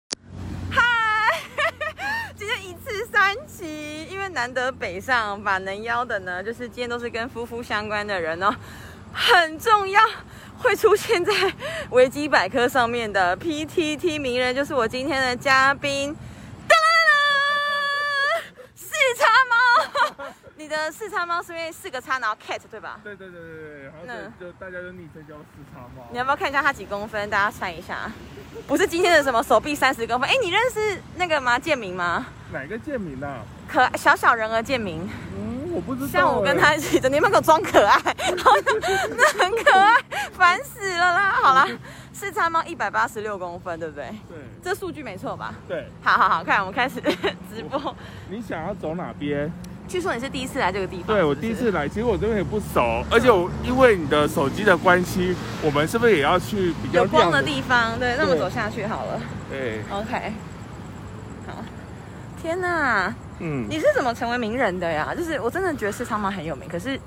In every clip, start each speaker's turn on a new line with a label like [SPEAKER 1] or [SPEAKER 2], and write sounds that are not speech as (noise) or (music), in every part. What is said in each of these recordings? [SPEAKER 1] (laughs) 息，因为难得北上，把能邀的呢，就是今天都是跟夫妇相关的人哦，很重要。会出现在维基百科上面的 PTT 名人，就是我今天的嘉宾。当当，四叉猫，你的四叉猫是因为四个叉，然后 cat 对吧？
[SPEAKER 2] 对对对对对，然后
[SPEAKER 1] 嗯
[SPEAKER 2] 就就大家就昵称叫四叉猫。
[SPEAKER 1] 你要不要看一下它几公分？大家算一下，不是今天的什么手臂三十公分。哎，你认识那个吗？建明吗？
[SPEAKER 2] 哪个贱民呐？
[SPEAKER 1] 可爱小小人儿建明，
[SPEAKER 2] 嗯，我不知道欸。
[SPEAKER 1] 像我跟他一起的，你们给我装可爱， (laughs) 那很可爱，烦死了啦！好啦，四叉猫一百八十六公分，对不对？
[SPEAKER 2] 对
[SPEAKER 1] 这数据没错吧？
[SPEAKER 2] 对，
[SPEAKER 1] 好好好，快，我们开始 (laughs) 直播。
[SPEAKER 2] 你想要走哪边？
[SPEAKER 1] 据说你是第一次来这个地方，
[SPEAKER 2] 对我
[SPEAKER 1] 啊是不
[SPEAKER 2] 第
[SPEAKER 1] 是
[SPEAKER 2] 一次来，其实我这边也不熟，而且我因为你的手机的关系，我们是不是也要去比较
[SPEAKER 1] 有光
[SPEAKER 2] 亮
[SPEAKER 1] 的？地方，对，那我们走下去好了。
[SPEAKER 2] 对，
[SPEAKER 1] OK，好。天哪，
[SPEAKER 2] 嗯，
[SPEAKER 1] 你是怎么成为名人的呀？就是我真的觉得四仓猫很有名，可是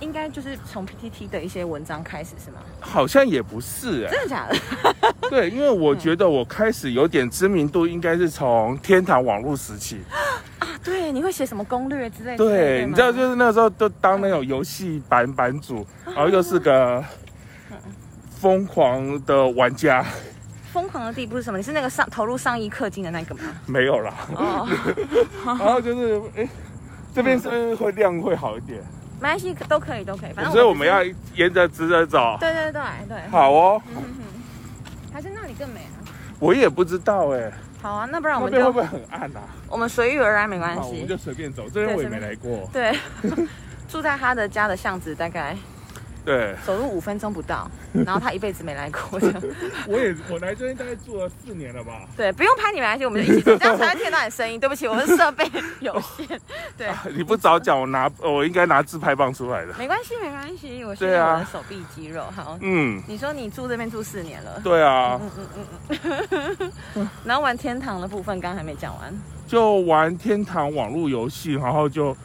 [SPEAKER 1] 应该就是从 PTT 的一些文章开始是吗？
[SPEAKER 2] 好像也不是哎、
[SPEAKER 1] 真的假的？
[SPEAKER 2] 对，因为我觉得我开始有点知名度，应该是从天堂网络时期。
[SPEAKER 1] 对，你会写什么攻略之类的？
[SPEAKER 2] 对，你知道，就是是那个时候都当那种游戏版版
[SPEAKER 1] 哦
[SPEAKER 2] 主，然后又是个疯狂的玩家， (laughs)
[SPEAKER 1] 疯狂的地步是什么？你是那个上投入上亿氪金的那个吗？
[SPEAKER 2] (laughs) 没有啦。
[SPEAKER 1] 哦，
[SPEAKER 2] 然后就是，哎，这边是不是会量会好一点，
[SPEAKER 1] 没关系，都可以，都可以，反正
[SPEAKER 2] 所以我们
[SPEAKER 1] 就是
[SPEAKER 2] 要沿着直着走。
[SPEAKER 1] 对对对对，
[SPEAKER 2] 好哦，
[SPEAKER 1] 还是那里更美啊。
[SPEAKER 2] 我也不知道哎，
[SPEAKER 1] 好啊，那不然我
[SPEAKER 2] 那
[SPEAKER 1] 们
[SPEAKER 2] 边会
[SPEAKER 1] 就
[SPEAKER 2] 不会很暗啊？
[SPEAKER 1] 我们随遇而安没关
[SPEAKER 2] 好，我们
[SPEAKER 1] 系
[SPEAKER 2] 就。随便走，这边我也没来过。
[SPEAKER 1] 对， (laughs) 住在他的家的巷子，大概
[SPEAKER 2] 对，
[SPEAKER 1] 走路五分钟不
[SPEAKER 2] (laughs)
[SPEAKER 1] 到，然后他一辈子没来过这样。
[SPEAKER 2] 我也我来这边大概住了四年了吧。
[SPEAKER 1] 对，不用拍你没关系，我们就一起走，这样才会听到你的声音。对不起，我们设备有
[SPEAKER 2] 哦
[SPEAKER 1] 限，对，
[SPEAKER 2] 你不早讲，我拿我应该拿自拍棒出来的。
[SPEAKER 1] 没关系，没关系，我训
[SPEAKER 2] 对
[SPEAKER 1] 练
[SPEAKER 2] 啊
[SPEAKER 1] 我的手臂肌肉。好，
[SPEAKER 2] 嗯，
[SPEAKER 1] 你说你住这边住四年了，
[SPEAKER 2] 对啊。
[SPEAKER 1] 然后玩天堂的部分刚刚还没讲完。
[SPEAKER 2] 就玩天堂网络游戏，然后就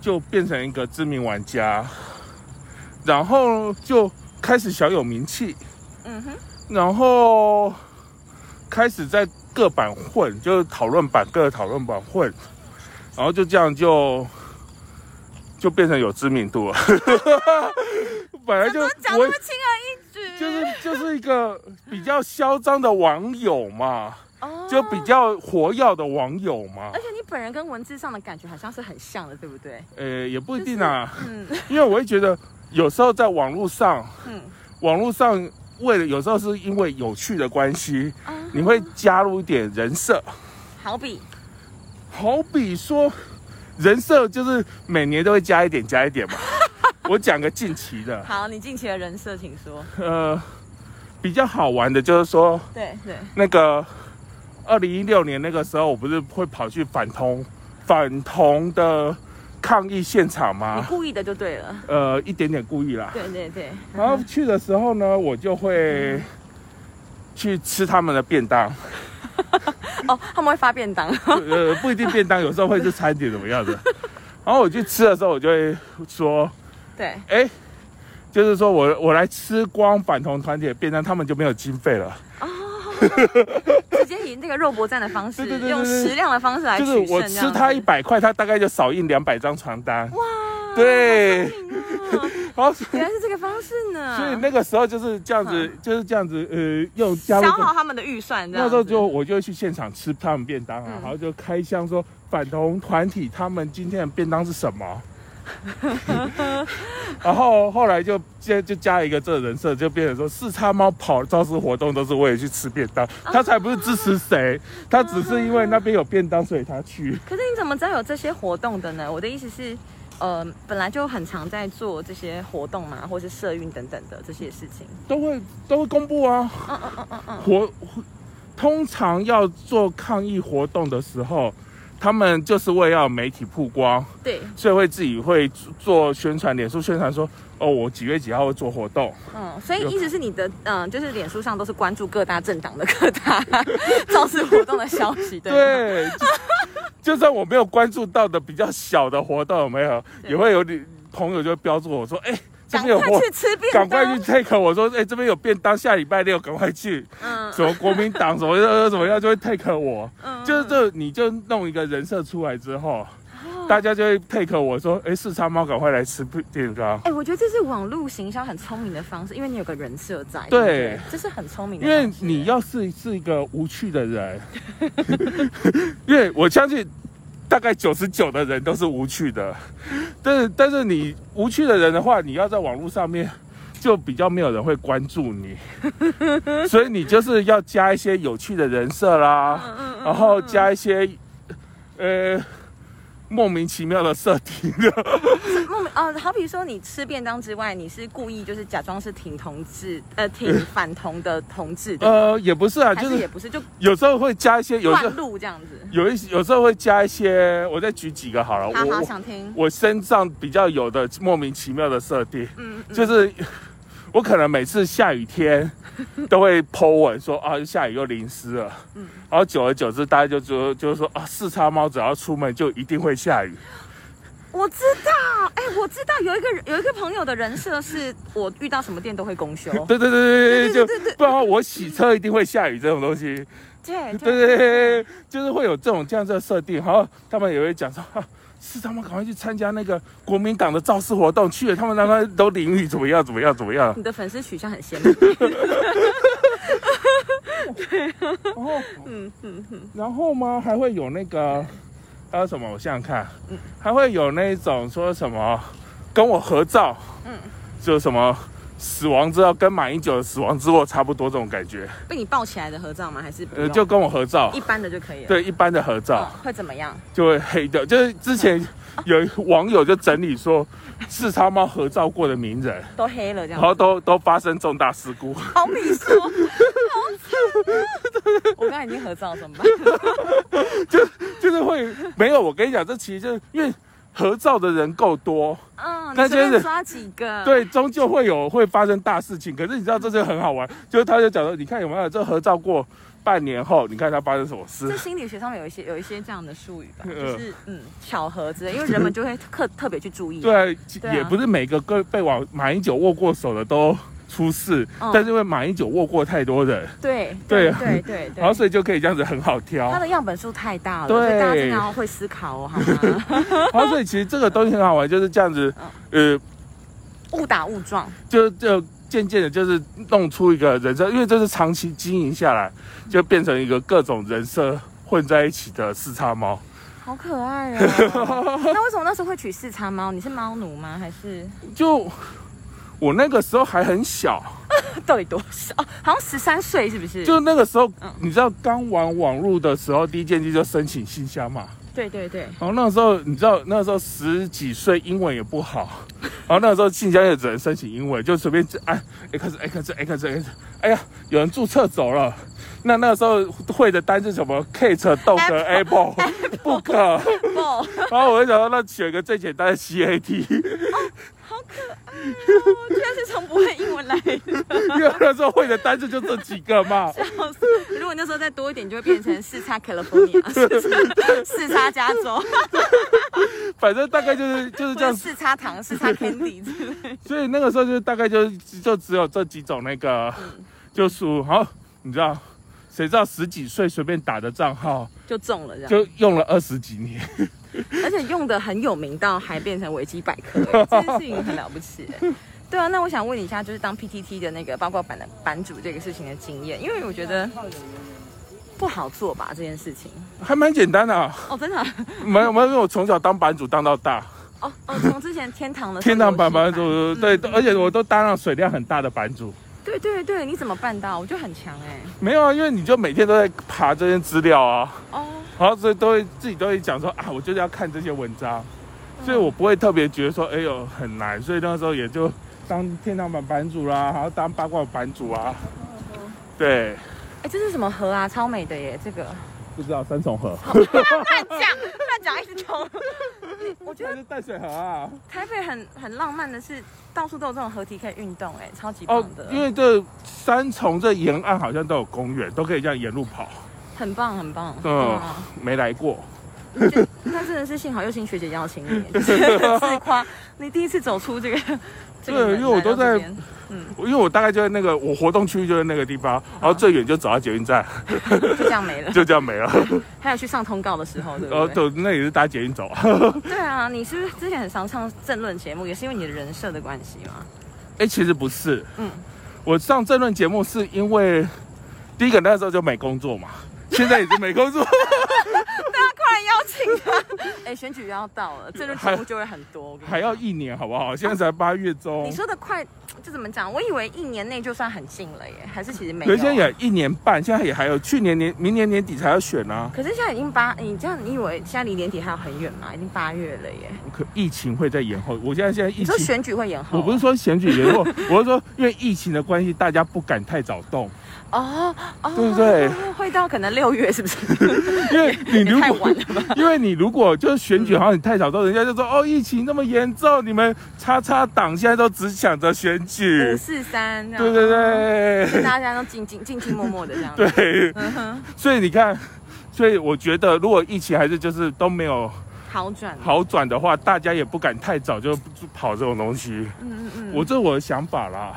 [SPEAKER 2] 就变成一个知名玩家，然后就开始小有名气，
[SPEAKER 1] 嗯哼，
[SPEAKER 2] 然后开始在各版混，就是讨论版各个讨论版混，然后就这样就就变成有知名度了。 (laughs) 本来
[SPEAKER 1] 怎
[SPEAKER 2] 就
[SPEAKER 1] 么讲
[SPEAKER 2] 我
[SPEAKER 1] 那么轻而易举？
[SPEAKER 2] 就是就是一个比较嚣张的网友嘛，
[SPEAKER 1] 哦
[SPEAKER 2] 就比。较活跃的网友嘛。
[SPEAKER 1] 而且你本人跟文字上的感觉好像是很像的，对不对？
[SPEAKER 2] 呃，也不一定啊， (laughs)
[SPEAKER 1] 嗯
[SPEAKER 2] 因为我会觉得有时候在网络上，
[SPEAKER 1] 嗯
[SPEAKER 2] 网络上为了有时候是因为有趣的关系，
[SPEAKER 1] 啊，
[SPEAKER 2] 你会加入一点人设，
[SPEAKER 1] 好比
[SPEAKER 2] 好比说人设就是每年都会加一点加一点嘛。我讲个近期的，
[SPEAKER 1] 好，你近期的人设，请说。
[SPEAKER 2] 呃，比较好玩的就是说
[SPEAKER 1] 对对，
[SPEAKER 2] 那个二零一六年那个时候，我不是会跑去反同反同的抗议现场
[SPEAKER 1] 你
[SPEAKER 2] 吗？
[SPEAKER 1] 故意的就对了。
[SPEAKER 2] 呃，一点点故意啦。
[SPEAKER 1] 对对对，
[SPEAKER 2] 然后去的时候呢，我就会去吃他们的便当，
[SPEAKER 1] 哦，他们会发便当，
[SPEAKER 2] 呃，不一定便当，有时候会是餐点怎么样的。然后我去吃的时候，我就会说，
[SPEAKER 1] (laughs) 对，
[SPEAKER 2] 哎，就是说我我来吃光反同团体的便当，他们就没有经费了。
[SPEAKER 1] 直接以那个肉搏战的方式，
[SPEAKER 2] 对对对对
[SPEAKER 1] 用
[SPEAKER 2] 对
[SPEAKER 1] 食量的方式来
[SPEAKER 2] 就
[SPEAKER 1] 取
[SPEAKER 2] 是
[SPEAKER 1] 胜，
[SPEAKER 2] 我
[SPEAKER 1] 这
[SPEAKER 2] 吃
[SPEAKER 1] 样子
[SPEAKER 2] 他一，百块，他大概就少印两百张传单。 (laughs)
[SPEAKER 1] 哇，
[SPEAKER 2] 对
[SPEAKER 1] 好聪明哦
[SPEAKER 2] 然后所以
[SPEAKER 1] 原来是这个方式呢，
[SPEAKER 2] 所以那个时候就是这样子，就是这样子，呃，用加入
[SPEAKER 1] 嗯消
[SPEAKER 2] 这个
[SPEAKER 1] 耗他们的预算，这样子
[SPEAKER 2] 那时候就我就去现场吃他们便当啊，
[SPEAKER 1] 嗯
[SPEAKER 2] 然后就开箱说反同团体他们今天的便当是什么，
[SPEAKER 1] (laughs)
[SPEAKER 2] 然后后来就就就加了一个这个人设，就变成说四叉猫跑造势活动都是为了去吃便
[SPEAKER 1] 哦
[SPEAKER 2] 当，他才不是支持谁，他只是因为那边有便当所以他去。
[SPEAKER 1] 可是你怎么知道有这些活动的呢？我的意思是，呃，本来就很常在做这些活动嘛，或是社运等等的这些事情。
[SPEAKER 2] 都会都会公布啊。
[SPEAKER 1] 嗯
[SPEAKER 2] 活通常要做抗议活动的时候，他们就是为了要媒体曝光，
[SPEAKER 1] 对，
[SPEAKER 2] 所以会自己会做宣传，脸书宣传说，哦，我几月几号会做活动。
[SPEAKER 1] 嗯，所以
[SPEAKER 2] 有
[SPEAKER 1] 意思是你的，嗯、就是脸书上都是关注各大政党的各
[SPEAKER 2] (laughs)
[SPEAKER 1] 大造势活动的消息，对吗
[SPEAKER 2] 对，就 (laughs) 就算我没有关注到的比较小的活动，有没有
[SPEAKER 1] 对
[SPEAKER 2] 也会有你朋友就会标注我说，哎、这边有
[SPEAKER 1] 赶快
[SPEAKER 2] 活。
[SPEAKER 1] 去吃便
[SPEAKER 2] (laughs) 赶
[SPEAKER 1] 当，
[SPEAKER 2] 快去 take 我说，哎、这边有便当，下礼拜六赶快去。
[SPEAKER 1] 嗯
[SPEAKER 2] 什么国民党，什么什么什么样就会 take 我。
[SPEAKER 1] 嗯
[SPEAKER 2] 就是这你就弄一个人设出来之后，大家就会 take 我说，哎，四叉猫赶快来吃饼干。
[SPEAKER 1] 哎、我觉得这是网络行销很聪明的方式，因为你有个人设在，
[SPEAKER 2] 对
[SPEAKER 1] 不对，这是很聪明的
[SPEAKER 2] 因
[SPEAKER 1] 方式。
[SPEAKER 2] 为你要是是一个无趣的人，因为我相信大概九十九的人都是无趣的，但是但是你无趣的人的话，你要在网络上面就比较没有人会关注你，所以你就是要加一些有趣的人设啦，然后加一些呃莫名其妙的设定，
[SPEAKER 1] 莫名哦，好比说你吃便当之外，你是故意就是假装是挺同志，呃，挺反同的同志的，
[SPEAKER 2] 呃也不是啊，
[SPEAKER 1] 还
[SPEAKER 2] 就是是
[SPEAKER 1] 也不是，就
[SPEAKER 2] 有时候会加一些， (laughs) 有时候
[SPEAKER 1] 乱录这样子。
[SPEAKER 2] 有一有时候会加一些，我再举几个好了，
[SPEAKER 1] 好
[SPEAKER 2] 我
[SPEAKER 1] 好
[SPEAKER 2] 我
[SPEAKER 1] 想听，
[SPEAKER 2] 我身上比较有的莫名其妙的设定，
[SPEAKER 1] 嗯，嗯
[SPEAKER 2] 就是我可能每次下
[SPEAKER 1] (laughs)
[SPEAKER 2] 雨天都会 Po 文说啊，下雨又淋湿了，
[SPEAKER 1] 嗯
[SPEAKER 2] 然后久而久之，大家就就就是说啊，四叉猫只要出门就一定会下雨，
[SPEAKER 1] 我知道，哎、我知道有一个人有一个朋友的人设是我遇到什么店都会公休，
[SPEAKER 2] (laughs) 对对对对对
[SPEAKER 1] 哦对对
[SPEAKER 2] 就
[SPEAKER 1] 对对
[SPEAKER 2] 不然我洗车一定会下雨这种东西，
[SPEAKER 1] 对
[SPEAKER 2] 对对对，对，就是会有这种这样子的设定，然后他们也会讲说，啊、是他们赶快去参加那个国民党的造势活动去了，他们他们都淋雨，怎么样怎么样怎么样。
[SPEAKER 1] 你的粉丝取向很鲜明，
[SPEAKER 2] 然后，嗯嗯，然后吗？还会有那个，还有什么？我想想看，还会有那种说什么跟我合照，嗯，就什么死亡之后跟马英九的死亡之握差不多这种感觉，
[SPEAKER 1] 被你抱起来的合照吗？还是不
[SPEAKER 2] 呃，
[SPEAKER 1] 用
[SPEAKER 2] 就跟我合照
[SPEAKER 1] 一，般的就可以了。
[SPEAKER 2] 对一般的合照。
[SPEAKER 1] 嗯，会怎么样？
[SPEAKER 2] 就会黑掉。就是之前有网友就整理说，四叉猫合照过的名人，
[SPEAKER 1] 都黑了这样
[SPEAKER 2] 然。后都都发生重大事故。 (laughs)
[SPEAKER 1] 好比说，好惨啊！ (laughs) 我刚才已经合照了，怎么
[SPEAKER 2] (laughs)
[SPEAKER 1] 办？
[SPEAKER 2] 就是会没有，我跟你讲，这其实就是因为合照的人够多，
[SPEAKER 1] 嗯，你
[SPEAKER 2] 那
[SPEAKER 1] 随
[SPEAKER 2] 就是
[SPEAKER 1] 便抓几个，，
[SPEAKER 2] (laughs) 对，终究会有会发生大事情。可是你知道，这就很好玩，就是他就讲说，你看有没有这合照过半年后，你看他发生什么
[SPEAKER 1] 这
[SPEAKER 2] 事？
[SPEAKER 1] 心理学上面有一些有一些这样的术语吧，
[SPEAKER 2] 嗯
[SPEAKER 1] 就是嗯巧合之类，因为人们就会特特别去注意。，
[SPEAKER 2] 对，
[SPEAKER 1] 对啊
[SPEAKER 2] 也不是每个跟被网马英九握过手的都出事，
[SPEAKER 1] 嗯
[SPEAKER 2] 但是因为马英九握过太多人，
[SPEAKER 1] 对
[SPEAKER 2] 对啊
[SPEAKER 1] 对对
[SPEAKER 2] 然后
[SPEAKER 1] 对，
[SPEAKER 2] 所以就可以这样子很好挑。
[SPEAKER 1] 它的样本数太大了，
[SPEAKER 2] 对
[SPEAKER 1] 所以大家真的要会思考哦，好吗？
[SPEAKER 2] 然后所以其实这个东西很好玩，就是这样子，
[SPEAKER 1] 嗯
[SPEAKER 2] 呃，
[SPEAKER 1] 误打误撞，
[SPEAKER 2] 就就渐渐的，就是弄出一个人设，因为这是长期经营下来，就变成一个各种人设混在一起的四叉猫。
[SPEAKER 1] 好可爱哦。
[SPEAKER 2] (laughs)
[SPEAKER 1] 那为什么那时候会取四叉猫？你是猫奴吗？还是
[SPEAKER 2] 就我那个时候还很小，
[SPEAKER 1] 到底多少？哦，好像十三岁是不是？
[SPEAKER 2] 就那个时候
[SPEAKER 1] 嗯，
[SPEAKER 2] 你知道刚玩网络的时候，第一件事就申请信箱嘛。
[SPEAKER 1] 对对对，
[SPEAKER 2] 然后那时候你知道，那时候十几岁，英文也不好，然后那时候信箱也只能申请英文，就随便哎按 x x x x，哎呀，有人注册走了。那那时候会的单是什么？Kate、豆哥、Apple、Book，然
[SPEAKER 1] 哦。
[SPEAKER 2] 后我就想到那选一个最简单的 CAT，
[SPEAKER 1] 好可爱哦！我居然是从不会英文来的，
[SPEAKER 2] 因为那时候会的单字就这几个嘛。
[SPEAKER 1] 笑死！如果那时候再多一点，就会变成四叉
[SPEAKER 2] (laughs)
[SPEAKER 1] California，四叉四叉加州，
[SPEAKER 2] 反正大概就是就是
[SPEAKER 1] 或
[SPEAKER 2] 这
[SPEAKER 1] 者
[SPEAKER 2] 样，
[SPEAKER 1] 四叉糖、四叉 Candy 之类的。
[SPEAKER 2] 所以那个时候就大概就就只有这几种那个，就输。然后你知道，谁知道十几岁随便打的账号。
[SPEAKER 1] 就中了这样，
[SPEAKER 2] 就用了二十几年，
[SPEAKER 1] 而且用的很有名，到还变成维基百科，哎这件事情很了不起。哎对啊，那我想问你一下，就是当 PTT 的那个报告版的版主这个事情的经验，因为我觉得不好做吧这件事情。
[SPEAKER 2] 还蛮简单的、啊。
[SPEAKER 1] 哦，真的啊、
[SPEAKER 2] 没有没有，因为我从小当版主当到大，
[SPEAKER 1] 哦哦，从之前天堂的时候
[SPEAKER 2] 天堂版版
[SPEAKER 1] 游戏
[SPEAKER 2] 主对，而且我都当了水量很大的版主。
[SPEAKER 1] 对对对，你怎么办到？我觉得很强哎、
[SPEAKER 2] 没有啊，因为你就每天都在爬这些资料啊，
[SPEAKER 1] 哦，
[SPEAKER 2] 然后所以都会自己都会讲说啊，我就是要看这些文章，
[SPEAKER 1] 嗯
[SPEAKER 2] 所以我不会特别觉得说哎呦很难，所以那时候也就当天堂版版主啦，然后当八卦版主啊，
[SPEAKER 1] 嗯
[SPEAKER 2] 对，
[SPEAKER 1] 哎，这是什么河啊？超美的耶！这个
[SPEAKER 2] 不知道三重河，
[SPEAKER 1] (laughs) 乱讲乱讲，一直冲。 (laughs) 我觉
[SPEAKER 2] 它
[SPEAKER 1] 得
[SPEAKER 2] 是淡水河啊。
[SPEAKER 1] 台北很很浪漫的是，到处都有这种合体可以运动，哎，超级棒
[SPEAKER 2] 哦
[SPEAKER 1] 的，，
[SPEAKER 2] 因为这三重这沿岸好像都有公园，都可以这样沿路跑。
[SPEAKER 1] 很棒很棒。
[SPEAKER 2] 嗯
[SPEAKER 1] 嗯，，
[SPEAKER 2] 没来过。
[SPEAKER 1] 但是真的是幸好又新学姐邀
[SPEAKER 2] (laughs)
[SPEAKER 1] 请你，自夸，你第一次走出这个，这个门
[SPEAKER 2] 因为我都在
[SPEAKER 1] 来到这边
[SPEAKER 2] 因为我大概就在那个我活动区域就在那个地方，然后最远就走到捷运站，
[SPEAKER 1] 就这样没了。 (laughs)
[SPEAKER 2] 就这样没了。
[SPEAKER 1] 还有去上通告的时候，对
[SPEAKER 2] 然后
[SPEAKER 1] 不对？
[SPEAKER 2] 就那也是搭捷运走啊。
[SPEAKER 1] 对啊，你是不是之前很常上政论节目，也是因为你的人设的关系
[SPEAKER 2] (laughs)
[SPEAKER 1] 吗？
[SPEAKER 2] 哎，其实不是，
[SPEAKER 1] 嗯
[SPEAKER 2] 我上政论节目是因为第一个那时候就没工作嘛，现在已经没工作，
[SPEAKER 1] 快邀请他！哎、选举要到了，这个节目就会很多。我跟你
[SPEAKER 2] (laughs) 还要一哦年好不好？现在才八月中
[SPEAKER 1] 你，说的快，这怎么讲？我以为一年内就算很近了耶，还是其实没有
[SPEAKER 2] 可
[SPEAKER 1] 啊。
[SPEAKER 2] 是现在也一年半，现在也还有去年年明年年底才要选啊，
[SPEAKER 1] 可是现在已经八，你这样，你以为现在离年底还有很远吗？已经八月了耶。
[SPEAKER 2] 可疫情会再延后。我现在现在疫
[SPEAKER 1] 嗯你说
[SPEAKER 2] 情。
[SPEAKER 1] 选举会延后啊？
[SPEAKER 2] 我不是说选举延后， (laughs) 我是说因为疫情的关系，大家不敢太早动，
[SPEAKER 1] 哦哦，
[SPEAKER 2] 对不对？
[SPEAKER 1] 会到可能六月是不是？
[SPEAKER 2] 因为 (laughs)
[SPEAKER 1] (laughs)
[SPEAKER 2] 你
[SPEAKER 1] 也
[SPEAKER 2] 如
[SPEAKER 1] 太
[SPEAKER 2] 果
[SPEAKER 1] 晚了嗯吧？
[SPEAKER 2] 因为你如果就是选举，好像你太早动，人家就说哦，疫情那么严重，你们叉叉党现在都只想着选
[SPEAKER 1] 五
[SPEAKER 2] 举，
[SPEAKER 1] 四三，
[SPEAKER 2] 对对，对
[SPEAKER 1] 大家都静静静静默默的这样。，
[SPEAKER 2] (laughs) 对，
[SPEAKER 1] 啊嗯哼，
[SPEAKER 2] 所以你看，所以我觉得如果疫情还是就是都没有
[SPEAKER 1] 好转。，
[SPEAKER 2] 好转的话，大家也不敢太早就跑这种东西，
[SPEAKER 1] 嗯嗯嗯，
[SPEAKER 2] 我这是我的想法啦。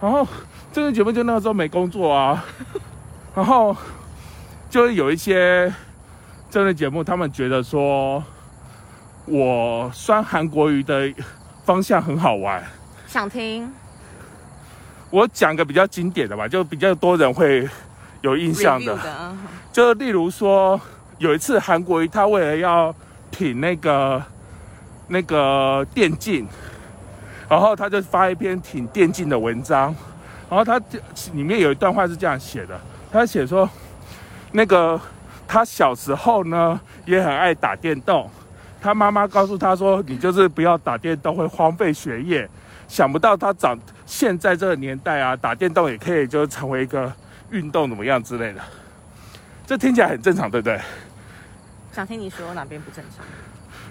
[SPEAKER 2] 然后这个节目就那个时候没工
[SPEAKER 1] (laughs)
[SPEAKER 2] 作啊，然后就是有一些政论节目，他们觉得说我酸韩国瑜的方向很好玩。
[SPEAKER 1] 想听
[SPEAKER 2] 我讲个比较经典的吧，就比较多人会有印象
[SPEAKER 1] review
[SPEAKER 2] 的，
[SPEAKER 1] 的，嗯哼
[SPEAKER 2] 就例如说有一次韩国瑜他为了要挺那个那个电竞，然后他就发一篇挺电竞的文章，然后他这里面有一段话是这样写的，他写说那个他小时候呢也很爱打电动，他妈妈告诉他说你就是不要打电动会荒废学业，想不到他长现在这个年代啊打电动也可以就成为一个运动怎么样之类的。这听起来很正常，对不对？
[SPEAKER 1] 想听你说哪边不正常？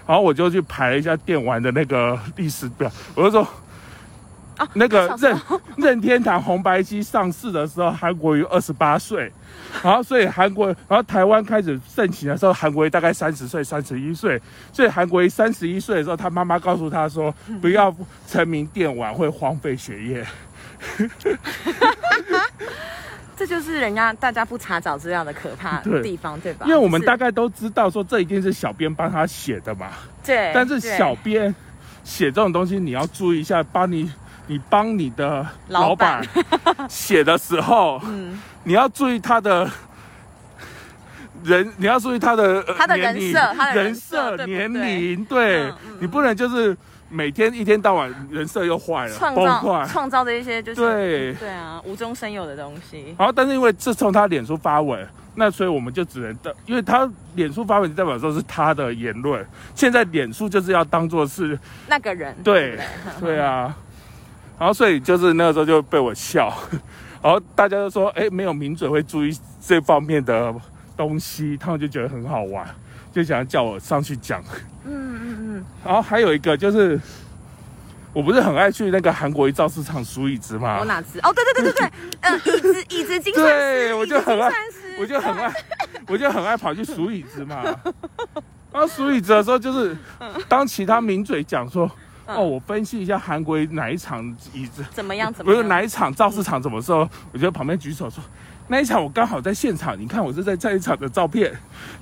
[SPEAKER 2] 然后我就去排了一下电玩的那个历史表，我就说，那个
[SPEAKER 1] 小时
[SPEAKER 2] 任任天堂红白机上市的时候，韩国瑜二十八岁，然后所以韩国，然后台湾开始盛行的时候，韩国瑜大概三十岁、三十一岁，所以韩国瑜三十一岁的时候，他妈妈告诉他说，不要沉迷电玩会荒废学业。
[SPEAKER 1] 这就是人家大家不查找资料的可怕
[SPEAKER 2] 对
[SPEAKER 1] 地方，对吧？
[SPEAKER 2] 因为我们
[SPEAKER 1] 是
[SPEAKER 2] 大概都知道说这一定是小编帮他写的嘛，
[SPEAKER 1] 对，
[SPEAKER 2] 但是
[SPEAKER 1] 对
[SPEAKER 2] 小编写这种东西，你要注意一下，帮你你帮你的
[SPEAKER 1] 老
[SPEAKER 2] 老
[SPEAKER 1] 板嗯
[SPEAKER 2] 板 (laughs) 写的时候，你要注意他的人，你要注意他的、呃
[SPEAKER 1] 他的
[SPEAKER 2] 年
[SPEAKER 1] 人
[SPEAKER 2] 龄
[SPEAKER 1] 设他的人
[SPEAKER 2] 人
[SPEAKER 1] 设对不
[SPEAKER 2] 年
[SPEAKER 1] 对
[SPEAKER 2] 龄，对
[SPEAKER 1] 嗯
[SPEAKER 2] 你不能就是每天一天到晚人设又坏了，
[SPEAKER 1] 创
[SPEAKER 2] 崩
[SPEAKER 1] 造
[SPEAKER 2] 坏。
[SPEAKER 1] 创造的一些就是
[SPEAKER 2] 对
[SPEAKER 1] 对啊，无中生有的东西。
[SPEAKER 2] 然后，但是因为自从他脸书发文，那所以我们就只能的，因为他脸书发文就代表说是他的言论，现在脸书就是要当做是
[SPEAKER 1] 那个人对
[SPEAKER 2] 对
[SPEAKER 1] 不对
[SPEAKER 2] 对啊，然后所以就是那个时候就被我笑， (laughs) 然后大家就说，哎，没有名嘴会注意这方面的东西，他们就觉得很好玩，就想要叫我上去讲。
[SPEAKER 1] 嗯嗯
[SPEAKER 2] (laughs) 然后还有一个就是，我不是很爱去那个韩国一造市场数椅子
[SPEAKER 1] 嗯，我
[SPEAKER 2] 吗？
[SPEAKER 1] 哪知？哦，对对对对对，嗯，椅子椅子精算师，
[SPEAKER 2] 对我就
[SPEAKER 1] 椅子
[SPEAKER 2] 很爱
[SPEAKER 1] 精算师
[SPEAKER 2] (laughs) 我就
[SPEAKER 1] (laughs)
[SPEAKER 2] 很爱，我就很爱跑去数椅子嘛。 (laughs) 然后数椅子的时候，就是当其他名嘴讲说，
[SPEAKER 1] 嗯
[SPEAKER 2] 哦，我分析一下韩国哪一场椅子
[SPEAKER 1] 怎么样怎嗯么
[SPEAKER 2] 不
[SPEAKER 1] 样？
[SPEAKER 2] 是哪一场造市场怎么说？我就在旁边举手说，那一场我刚好在现场，你看我是在这一场的照片，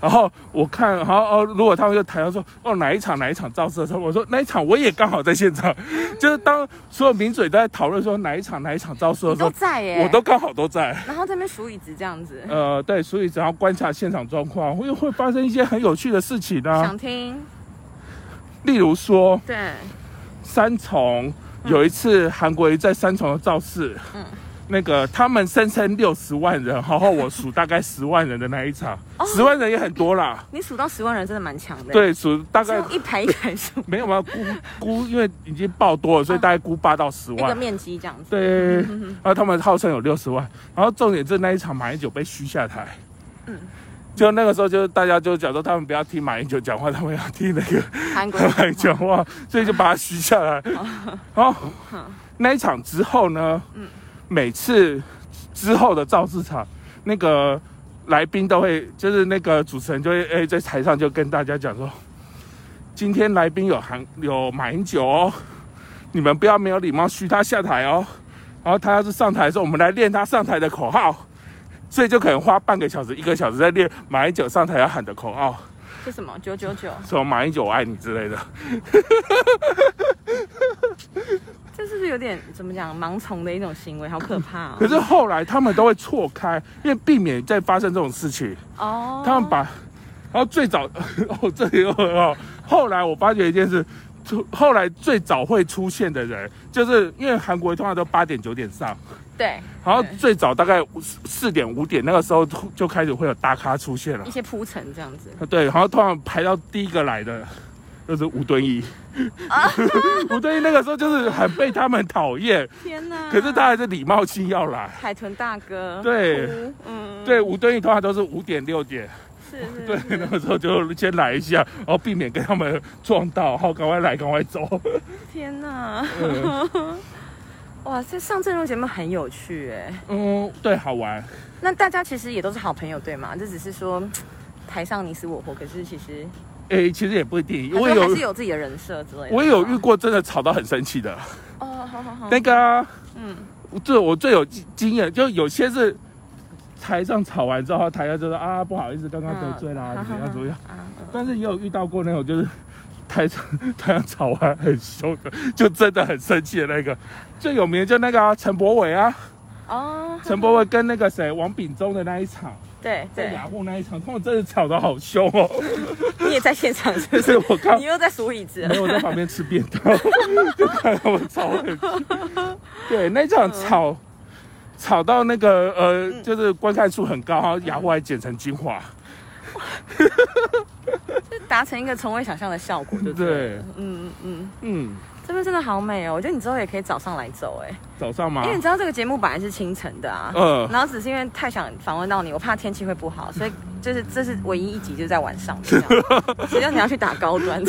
[SPEAKER 2] 然后我看，然后哦，如果他们就谈到说，哦哪一场哪一场造势的时候，我说那一场我也刚好在现场， (laughs) 就是当所有名嘴都在讨论说哪一场哪一场造势的
[SPEAKER 1] 你
[SPEAKER 2] 时
[SPEAKER 1] 都
[SPEAKER 2] 候，
[SPEAKER 1] 在耶，
[SPEAKER 2] 我都刚好都在。
[SPEAKER 1] 然后这边数椅子这样子，
[SPEAKER 2] 呃，对，所以只要观察现场状况，会会发生一些很有趣的事情啊，
[SPEAKER 1] 想听
[SPEAKER 2] 例如说
[SPEAKER 1] 对，
[SPEAKER 2] 三重有一次韩国瑜在三重的造势，
[SPEAKER 1] 嗯
[SPEAKER 2] 那个他们声称六十万人，然后我数大概十万人的那一场，
[SPEAKER 1] 哦
[SPEAKER 2] 十、万人也很多啦，
[SPEAKER 1] 你数到十万人真的蛮强的，，
[SPEAKER 2] 对，数大概
[SPEAKER 1] 用一排一排数，
[SPEAKER 2] 没有嘛，估估因为已经爆多了，所以大概估八到十
[SPEAKER 1] 一个
[SPEAKER 2] 万。
[SPEAKER 1] 面嗯积这样子，
[SPEAKER 2] 对，然后他们号称有六十万，然后重点是那一场马英九被嘘下台，
[SPEAKER 1] 嗯
[SPEAKER 2] 就那个时候就是大家就讲说他们不要听马英九讲话，他们要听那个
[SPEAKER 1] 韩
[SPEAKER 2] (laughs)
[SPEAKER 1] 国
[SPEAKER 2] 他来讲话，所以就把他吸下来。然后那一场之后呢，每次之后的造势场，那个来宾都会，就是那个主持人就会哎、在台上就跟大家讲说，今天来宾有含有马英九哦，你们不要没有礼貌嘘他下台哦。然后他要是上台的时候，我们来练他上台的口号，所以就可能花半个小时、一个小时在练马英九上台要喊的口号，
[SPEAKER 1] 是什么？九九九，
[SPEAKER 2] 什么马英九我爱你之类的。
[SPEAKER 1] 这是不是有点怎么讲盲从的一种行为？好可怕哦！
[SPEAKER 2] 可是后来他们都会错开，因为避免再发生这种事情。
[SPEAKER 1] 哦，
[SPEAKER 2] 他们把，然后最早 (laughs) 哦，这里有哦，后来我发觉一件事，出后来最早会出现的人，就是因为韩国通常都八点九点上，
[SPEAKER 1] 对
[SPEAKER 2] 然后
[SPEAKER 1] 对
[SPEAKER 2] 最早大概五四四点五点那个时候突就开始会有大咖出现了
[SPEAKER 1] 一，些铺陈这样子，
[SPEAKER 2] 对，然后通常排到第一个来的。就是吴敦义，
[SPEAKER 1] 啊
[SPEAKER 2] (laughs) 吴敦义那个时候就是很被他们讨厌，
[SPEAKER 1] 天哪！
[SPEAKER 2] 可是他还是礼貌性要来。
[SPEAKER 1] 海豚大 (laughs) 哥，
[SPEAKER 2] 对
[SPEAKER 1] 哭，嗯，
[SPEAKER 2] (laughs) 对，吴敦义通常都是五点六点，
[SPEAKER 1] 是是，
[SPEAKER 2] 对，
[SPEAKER 1] 是
[SPEAKER 2] 那个时候就先来一下，然后避免跟他们撞到，然后赶快来，赶快
[SPEAKER 1] (laughs)
[SPEAKER 2] 走。
[SPEAKER 1] 天哪！哇，这上这种节目很有趣哎。
[SPEAKER 2] (laughs) 嗯，对，好玩。
[SPEAKER 1] 那大家其实也都是好朋友对吗？这只是说台上你死我活，可是其实
[SPEAKER 2] 诶，其实也不一定，
[SPEAKER 1] 还
[SPEAKER 2] 我
[SPEAKER 1] 是
[SPEAKER 2] 也
[SPEAKER 1] 还
[SPEAKER 2] 有
[SPEAKER 1] 是有自己的人设之类的。啊
[SPEAKER 2] 我也有遇
[SPEAKER 1] 是吧
[SPEAKER 2] 过真的吵到很生气的。
[SPEAKER 1] 哦，好好好，
[SPEAKER 2] 那个啊，
[SPEAKER 1] 嗯，
[SPEAKER 2] 我最我最有经经验，就有些是台上吵完之后，台下就说啊不好意思，刚刚得罪啦，怎么样怎么样。
[SPEAKER 1] 啊，
[SPEAKER 2] 但是也有遇到过那种就是台上台上吵完很凶的，就真的很生气的那个。最有名的就那个啊陈、柏伟啊，
[SPEAKER 1] 哦，
[SPEAKER 2] 陈柏伟跟那个谁王炳忠的那一场。
[SPEAKER 1] 对
[SPEAKER 2] 在
[SPEAKER 1] 对
[SPEAKER 2] 雅，虎那一场，他们真的吵得好凶哦， (laughs)
[SPEAKER 1] 你也在现场是不？
[SPEAKER 2] 就是是
[SPEAKER 1] (laughs)
[SPEAKER 2] 我看
[SPEAKER 1] 你，又在数椅子了
[SPEAKER 2] 没，有我在旁边吃便当， (laughs) 就看到我吵很凶。对，那一
[SPEAKER 1] 嗯
[SPEAKER 2] 场吵、吵到那个呃，就是观看数很高，然后雅虎还剪成精华。
[SPEAKER 1] 达成一个从未想象的效果，对不对
[SPEAKER 2] 对？
[SPEAKER 1] 嗯嗯，
[SPEAKER 2] 嗯，
[SPEAKER 1] 这边真的好美哦，我觉得你之后也可以早上来走哎，
[SPEAKER 2] 早上吗
[SPEAKER 1] 因？为你知道这个节目本来是清晨的啊， (laughs)
[SPEAKER 2] 嗯
[SPEAKER 1] 然后只是因为太想访问到你，我怕天气会不 (laughs) 好，所以就是这是唯一一集就在晚上 (laughs) 的这样，谁叫你要去打高端？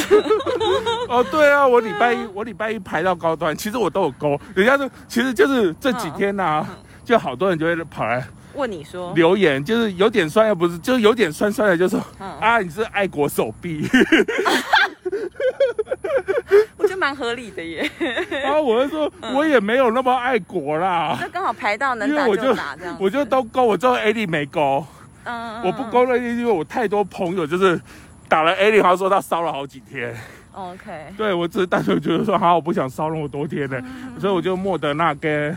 [SPEAKER 2] 哦，对啊，我礼拜
[SPEAKER 1] 嗯
[SPEAKER 2] 一我礼拜一排到高端，其实我都有勾，人家就其实就是这
[SPEAKER 1] 嗯
[SPEAKER 2] 几天呐、就好多人就会跑来
[SPEAKER 1] (laughs) 问你说，
[SPEAKER 2] 留言，就是有点酸，又不是，就是有点酸酸的，就说、
[SPEAKER 1] 嗯
[SPEAKER 2] 啊，你是爱国手臂。
[SPEAKER 1] (laughs) 我觉得蛮合理的耶，
[SPEAKER 2] 然后我就说，
[SPEAKER 1] 嗯
[SPEAKER 2] 我也没有那么爱国啦，
[SPEAKER 1] (laughs) 那刚好排到能
[SPEAKER 2] 因为
[SPEAKER 1] 打
[SPEAKER 2] 我就
[SPEAKER 1] 打这样子，
[SPEAKER 2] 我就都勾，我只有 A 莉没勾，
[SPEAKER 1] 嗯，嗯
[SPEAKER 2] 我不勾瑞丽，因为我太多朋友就是打了 A 莉，好像说他烧了好几天，
[SPEAKER 1] 嗯 OK，
[SPEAKER 2] 对我只是单纯觉得说，好，我不想烧那么多天呢，
[SPEAKER 1] 嗯
[SPEAKER 2] 所以我就莫德纳跟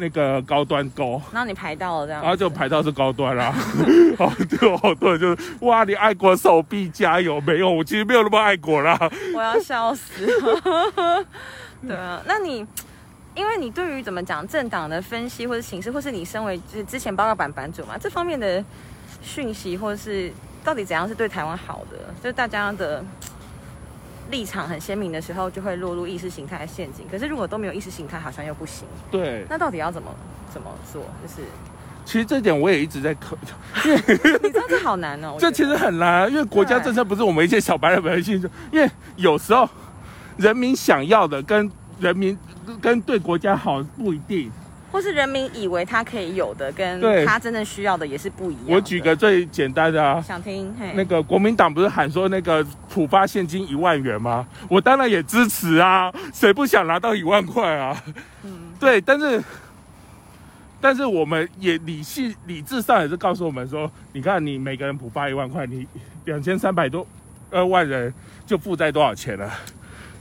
[SPEAKER 2] 那个高端勾。
[SPEAKER 1] 然后你排到了这样
[SPEAKER 2] 然，后就排到是高端啦、 (laughs) 好对，好多人就是哇，你爱国手臂加油！没有，我其实没有那么爱国啦。
[SPEAKER 1] (laughs) 我要笑
[SPEAKER 2] (laughs)
[SPEAKER 1] 死。对啊，那你因为你对于怎么讲政党的分析或者形式，或是你身为就是之前报告版版主嘛，这方面的讯息，或是到底怎样是对台湾好的，就是大家的。立场很鲜明的时候，就会落入意识形态的陷阱。可是如果都没有意识形态，好像又不行。
[SPEAKER 2] 对，
[SPEAKER 1] 那到底要怎么怎么做？就是
[SPEAKER 2] 其实这点我也一直在考，
[SPEAKER 1] 你知道这好难
[SPEAKER 2] (laughs)
[SPEAKER 1] 哦。我
[SPEAKER 2] 这
[SPEAKER 1] 觉
[SPEAKER 2] 其
[SPEAKER 1] 得
[SPEAKER 2] 实很难啊，因为国家政策不是我们一些小白人百姓就，因为有时候人民想要的跟人民跟对国家好不一定。
[SPEAKER 1] 或是人民以为他可以有的，跟
[SPEAKER 2] 对
[SPEAKER 1] 他真正需要的也是不一样的。
[SPEAKER 2] 我举个最简单的啊，
[SPEAKER 1] 想听，嘿，
[SPEAKER 2] 那个国民党不是喊说那个普发现金一万元吗？我当然也支持啊，谁不想拿到一万块啊？对，但是。但是我们也理性理智上也是告诉我们说，你看你每个人普发一万块，你两千三百多二万人就负债多少钱了，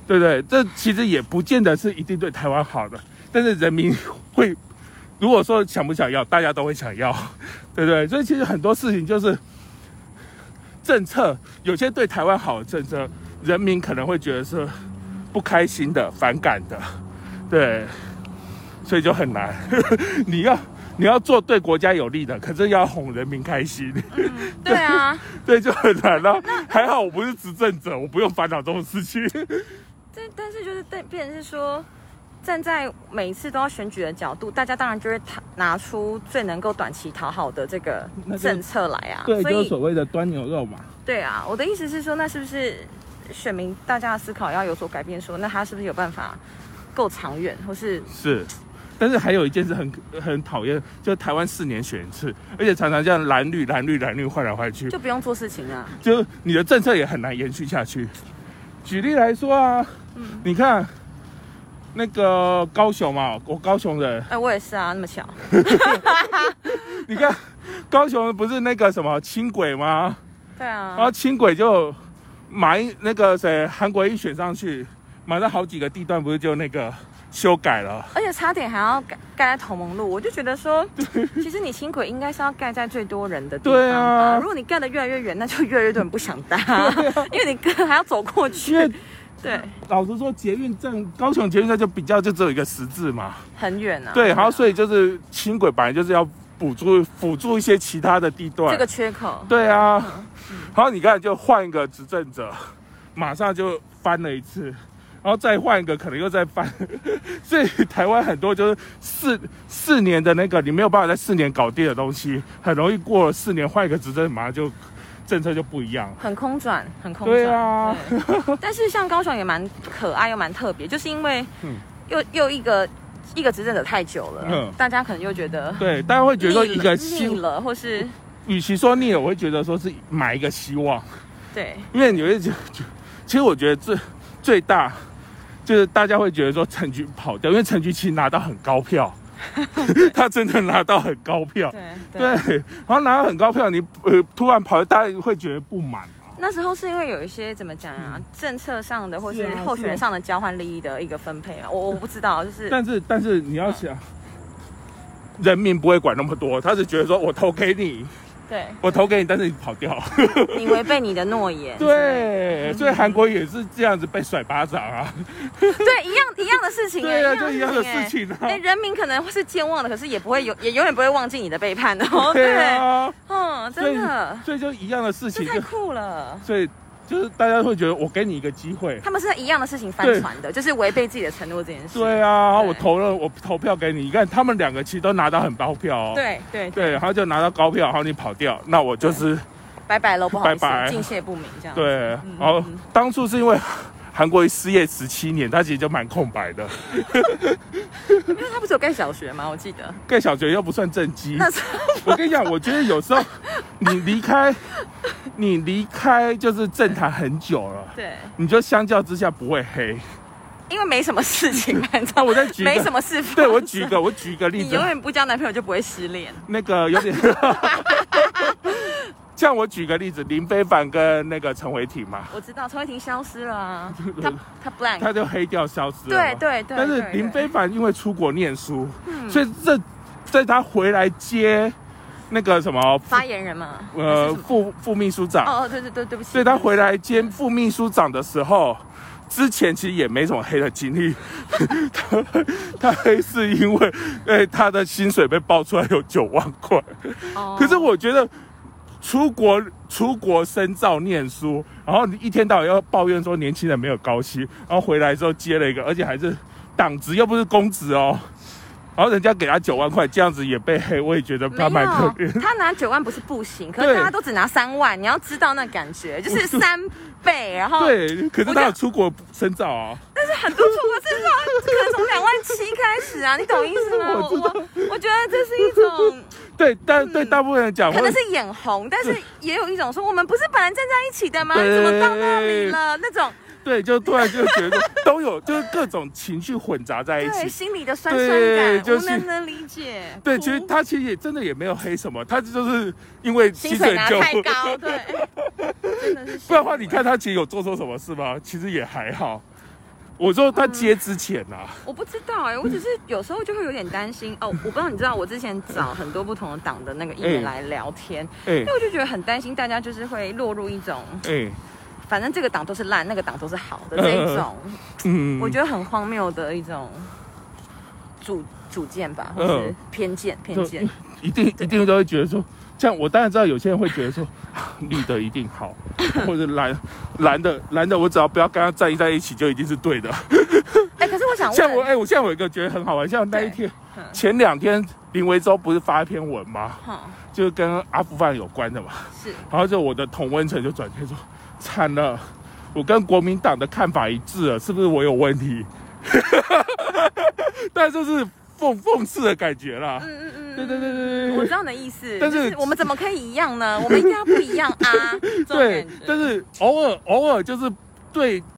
[SPEAKER 2] 对不对？这其实也不见得是一定对台湾好的，但是人民会如果说想不想要，大家都会想要，对不对？所以其实很多事情就是政策，有些对台湾好的政策，人民可能会觉得是不开心的、反感的，对，所以就很难。 (laughs) 你要你要做对国家有利的，可是要哄人民开心，
[SPEAKER 1] 对啊，
[SPEAKER 2] 对，就很难了、还好我不是执政者，我不用烦恼这种事情。
[SPEAKER 1] 但但是就是对，变成是说，站在每一次都要选举的角度，大家当然就会拿拿出最能够短期讨好的这个
[SPEAKER 2] 那就
[SPEAKER 1] 政策来啊。所以
[SPEAKER 2] 谓的端牛肉嘛。
[SPEAKER 1] 对啊，我的意思是说，那是不是选民大家的思考要有所改变说那他是不是有办法够长远，或是
[SPEAKER 2] 是，但是还有一件事很很讨厌，就台湾四年选一次，而且常常这样蓝绿蓝绿蓝绿换来换去
[SPEAKER 1] 就，不用做事情啊？
[SPEAKER 2] 就你的政策也很难延续下去。举例来说啊，
[SPEAKER 1] 嗯
[SPEAKER 2] 你看那个高雄嘛，我高雄人，
[SPEAKER 1] 哎、我也是啊，那么巧。
[SPEAKER 2] 你
[SPEAKER 1] (laughs)
[SPEAKER 2] 看高雄不是那个什么轻轨吗？
[SPEAKER 1] 对
[SPEAKER 2] 然后
[SPEAKER 1] 啊，
[SPEAKER 2] 轻轨就马英那个谁韩国一选上去，马上好几个地段不是就那个修改了？
[SPEAKER 1] 而且差点还要盖盖在同盟路，我就觉得说， (laughs) 其实你轻轨应该是要盖在最多人的地方吧
[SPEAKER 2] 对啊
[SPEAKER 1] 如果你盖得越来越远，那就越来越多人不想
[SPEAKER 2] (laughs)
[SPEAKER 1] 搭，因为你跟还要走过
[SPEAKER 2] 因为
[SPEAKER 1] 去， (laughs) 对，
[SPEAKER 2] 老实说，捷运站高雄捷运站就比较就只有一个十字嘛，
[SPEAKER 1] 很远啊。
[SPEAKER 2] 对，然后所以就是轻轨本来就是要补助辅助一些其他的地段，
[SPEAKER 1] 这个缺口，
[SPEAKER 2] 对啊，然后你看就换一个执政者，马上就翻了一次，然后再换一个可能又再翻， (laughs) 所以台湾很多就是四四年的那个你没有办法在四年搞定的东西，很容易过了四年换一个执政，马上就政策就不一样了。
[SPEAKER 1] 很空转，很空转。
[SPEAKER 2] 对啊，
[SPEAKER 1] 对但是像高雄也蛮可爱又蛮特别，就是因为
[SPEAKER 2] 嗯
[SPEAKER 1] 又又一个一个执政者太久了，
[SPEAKER 2] 嗯
[SPEAKER 1] 大家可能又觉得
[SPEAKER 2] 对，大家会觉得说
[SPEAKER 1] 腻
[SPEAKER 2] 一个
[SPEAKER 1] 了
[SPEAKER 2] 希
[SPEAKER 1] 腻，了，或是
[SPEAKER 2] 与其说腻了，我会觉得说是买一个希望。
[SPEAKER 1] 对
[SPEAKER 2] 因为你会觉觉，其实我觉得最最大就是大家会觉得说陈菊跑掉，因为陈菊其实拿到很高 (laughs) 票，他真的拿到很高票，
[SPEAKER 1] 对
[SPEAKER 2] 对，然后拿到很高票，你呃突然跑，大家会觉得不满嘛。
[SPEAKER 1] 那时候是因为有一些怎么讲啊，政策上的或
[SPEAKER 2] 嗯是
[SPEAKER 1] 是
[SPEAKER 2] 啊是啊
[SPEAKER 1] 候选人上的交换利益的一个分配啊，我我不知道，就是
[SPEAKER 2] 但是但是你要想，人民不会管那么多，他是觉得说我投给你，
[SPEAKER 1] (laughs) 对
[SPEAKER 2] 我投给你，但是你跑掉，
[SPEAKER 1] 你违背你的诺言，
[SPEAKER 2] (laughs) 对，所以韩国也是这样子被甩巴掌啊，
[SPEAKER 1] 对，一样一样的
[SPEAKER 2] (laughs)
[SPEAKER 1] 事情欸，
[SPEAKER 2] 对啊，就一样的
[SPEAKER 1] 欸
[SPEAKER 2] 事。情啊，
[SPEAKER 1] 哎，人民可能会是健忘的，可是也不会有，也永远不会忘记你的背叛哦。
[SPEAKER 2] (laughs) 对，啊，
[SPEAKER 1] 嗯，
[SPEAKER 2] 所
[SPEAKER 1] 真
[SPEAKER 2] 以
[SPEAKER 1] 的，
[SPEAKER 2] 所以就一样的事
[SPEAKER 1] 这
[SPEAKER 2] 情
[SPEAKER 1] 太
[SPEAKER 2] 就。
[SPEAKER 1] 酷了。
[SPEAKER 2] 所以就是大家会觉得我给你一个机会。
[SPEAKER 1] 他们是在一样的事情翻
[SPEAKER 2] 对
[SPEAKER 1] 船的，就是违背自己的承诺这件事。
[SPEAKER 2] 对啊，
[SPEAKER 1] 对
[SPEAKER 2] 我投了，我投票给你。你看他们两个其实都拿到很高票哦。
[SPEAKER 1] 对对对，
[SPEAKER 2] 对，然后就拿到高票，然后你跑掉，那我就是
[SPEAKER 1] 拜拜喽，不好意思
[SPEAKER 2] 拜，拜
[SPEAKER 1] 敬谢不明这样。
[SPEAKER 2] 对。
[SPEAKER 1] 嗯
[SPEAKER 2] 然后当初是因为 (laughs) 韩国瑜失业十七年，他其实就蛮空白的，
[SPEAKER 1] 因为他不是有盖小学吗？我记得
[SPEAKER 2] 盖小学又不算正绩。
[SPEAKER 1] 那时，
[SPEAKER 2] 我跟你讲，我觉得有时候你离开，你离开就是政坛很久了
[SPEAKER 1] 对，
[SPEAKER 2] 你就相较之下不会黑。
[SPEAKER 1] 因为没什么事
[SPEAKER 2] (laughs)
[SPEAKER 1] 情嘛，你知道
[SPEAKER 2] 那我再举一个
[SPEAKER 1] 没什么事。
[SPEAKER 2] 对我举一，个，我举一个
[SPEAKER 1] 你
[SPEAKER 2] 例子
[SPEAKER 1] 永，远不交男朋友就不会失恋。
[SPEAKER 2] 那个有点。 (laughs) 像我举个例子，林非凡跟那个陈伟霆嘛，
[SPEAKER 1] 我知道陈慧婷消失了
[SPEAKER 2] (laughs)
[SPEAKER 1] 啊，他他 blank，
[SPEAKER 2] 他就黑掉消失了嘛。
[SPEAKER 1] 对对对。
[SPEAKER 2] 但
[SPEAKER 1] 对
[SPEAKER 2] 是
[SPEAKER 1] 嗯
[SPEAKER 2] 林
[SPEAKER 1] 对
[SPEAKER 2] 非凡因为出国念书，所以这在他回来接那个什么
[SPEAKER 1] 发言人嘛，还
[SPEAKER 2] 呃
[SPEAKER 1] 是什么
[SPEAKER 2] 副副秘书长，
[SPEAKER 1] 哦哦对对对，对不起。
[SPEAKER 2] 所以他回来接副秘书长的时候，之前其实也没什么黑的经历， (laughs) 他他黑是因为哎他的薪水被爆出来有九万块。
[SPEAKER 1] 哦，
[SPEAKER 2] 可是我觉得出国出国深造念书，然后你一天到晚要抱怨说年轻人没有高薪，然后回来之后接了一个，而且还是党职又不是公职哦，然后人家给他九万块，这样子也被黑，我也觉得
[SPEAKER 1] 没
[SPEAKER 2] 他蛮可怜。
[SPEAKER 1] 有，他拿九万不是不行，可
[SPEAKER 2] 对
[SPEAKER 1] 是大家都只拿三万，你要知道那感觉就是三倍，然后
[SPEAKER 2] (laughs) 对，可是
[SPEAKER 1] 我
[SPEAKER 2] 他
[SPEAKER 1] 就
[SPEAKER 2] 有出国深造啊，
[SPEAKER 1] 很多出国证照可能从两万七开始啊，你懂意思吗？
[SPEAKER 2] (laughs) 我
[SPEAKER 1] 我
[SPEAKER 2] 知道
[SPEAKER 1] 我我觉得这是一种
[SPEAKER 2] 对，但对大部分人讲，
[SPEAKER 1] 可能
[SPEAKER 2] 会
[SPEAKER 1] 是眼红，但是
[SPEAKER 2] (laughs)
[SPEAKER 1] 也有一种说我们不是本来站在一起的吗？
[SPEAKER 2] 对
[SPEAKER 1] 你怎么到那里了？那种
[SPEAKER 2] 对，就突然就觉得都有，就是各种情绪混杂在一
[SPEAKER 1] 对
[SPEAKER 2] 起。
[SPEAKER 1] 心里的酸酸
[SPEAKER 2] 对
[SPEAKER 1] 感，
[SPEAKER 2] 就
[SPEAKER 1] 我
[SPEAKER 2] 是
[SPEAKER 1] 们能理解。
[SPEAKER 2] 对，
[SPEAKER 1] 哭
[SPEAKER 2] 其实他其实也真的也没有黑什么，他就是因为
[SPEAKER 1] 薪
[SPEAKER 2] 薪
[SPEAKER 1] 水
[SPEAKER 2] 水
[SPEAKER 1] 拿
[SPEAKER 2] 就
[SPEAKER 1] 太高，
[SPEAKER 2] (laughs)
[SPEAKER 1] 对，真的是。
[SPEAKER 2] 不然的话，你，看他其实有做错什么事吗？其实也还好。我说他接之前啊，
[SPEAKER 1] 我不知道哎、我只是有时候就会有点担心哦。我不知道，你知道我之前找很多不同的党的那个议员
[SPEAKER 2] 嗯
[SPEAKER 1] 来聊天，
[SPEAKER 2] 哎
[SPEAKER 1] 因为我就觉得很担心大家就是会落入一种
[SPEAKER 2] 哎，
[SPEAKER 1] 反正这个党都是烂，那个党都是好的这一种，
[SPEAKER 2] 嗯，
[SPEAKER 1] 我觉得很荒谬的一种主主见吧，或
[SPEAKER 2] 嗯
[SPEAKER 1] 是偏见偏见。
[SPEAKER 2] 一定一定都会觉得说，像我当然知道有些人会觉得说， (sighs) 啊绿的一定
[SPEAKER 1] (laughs)
[SPEAKER 2] 好，或者蓝蓝的蓝的，我只要不要跟他站在一起，就一定是对的。
[SPEAKER 1] 哎、可是我想
[SPEAKER 2] 像我
[SPEAKER 1] 问，
[SPEAKER 2] 哎，我现在有一个觉得很好玩，像那一天
[SPEAKER 1] 对嗯
[SPEAKER 2] 前两天林维洲不是发一篇文吗？
[SPEAKER 1] 哈、
[SPEAKER 2] 就是跟阿富汗有关的嘛。
[SPEAKER 1] 是
[SPEAKER 2] 然后就我的同温层就转贴说，惨了，我跟国民党的看法一致了，是不是我有问题？ (laughs) 但就是讽讽刺的感觉啦。
[SPEAKER 1] 嗯嗯嗯，
[SPEAKER 2] 对对对
[SPEAKER 1] 我知
[SPEAKER 2] 对对
[SPEAKER 1] 道你的意思，
[SPEAKER 2] 但
[SPEAKER 1] 但
[SPEAKER 2] 是
[SPEAKER 1] 是我们怎么可以一
[SPEAKER 2] (laughs)
[SPEAKER 1] 样呢？我们一定要不一样啊！这种
[SPEAKER 2] 对
[SPEAKER 1] 感觉，
[SPEAKER 2] 但是偶尔偶尔就是对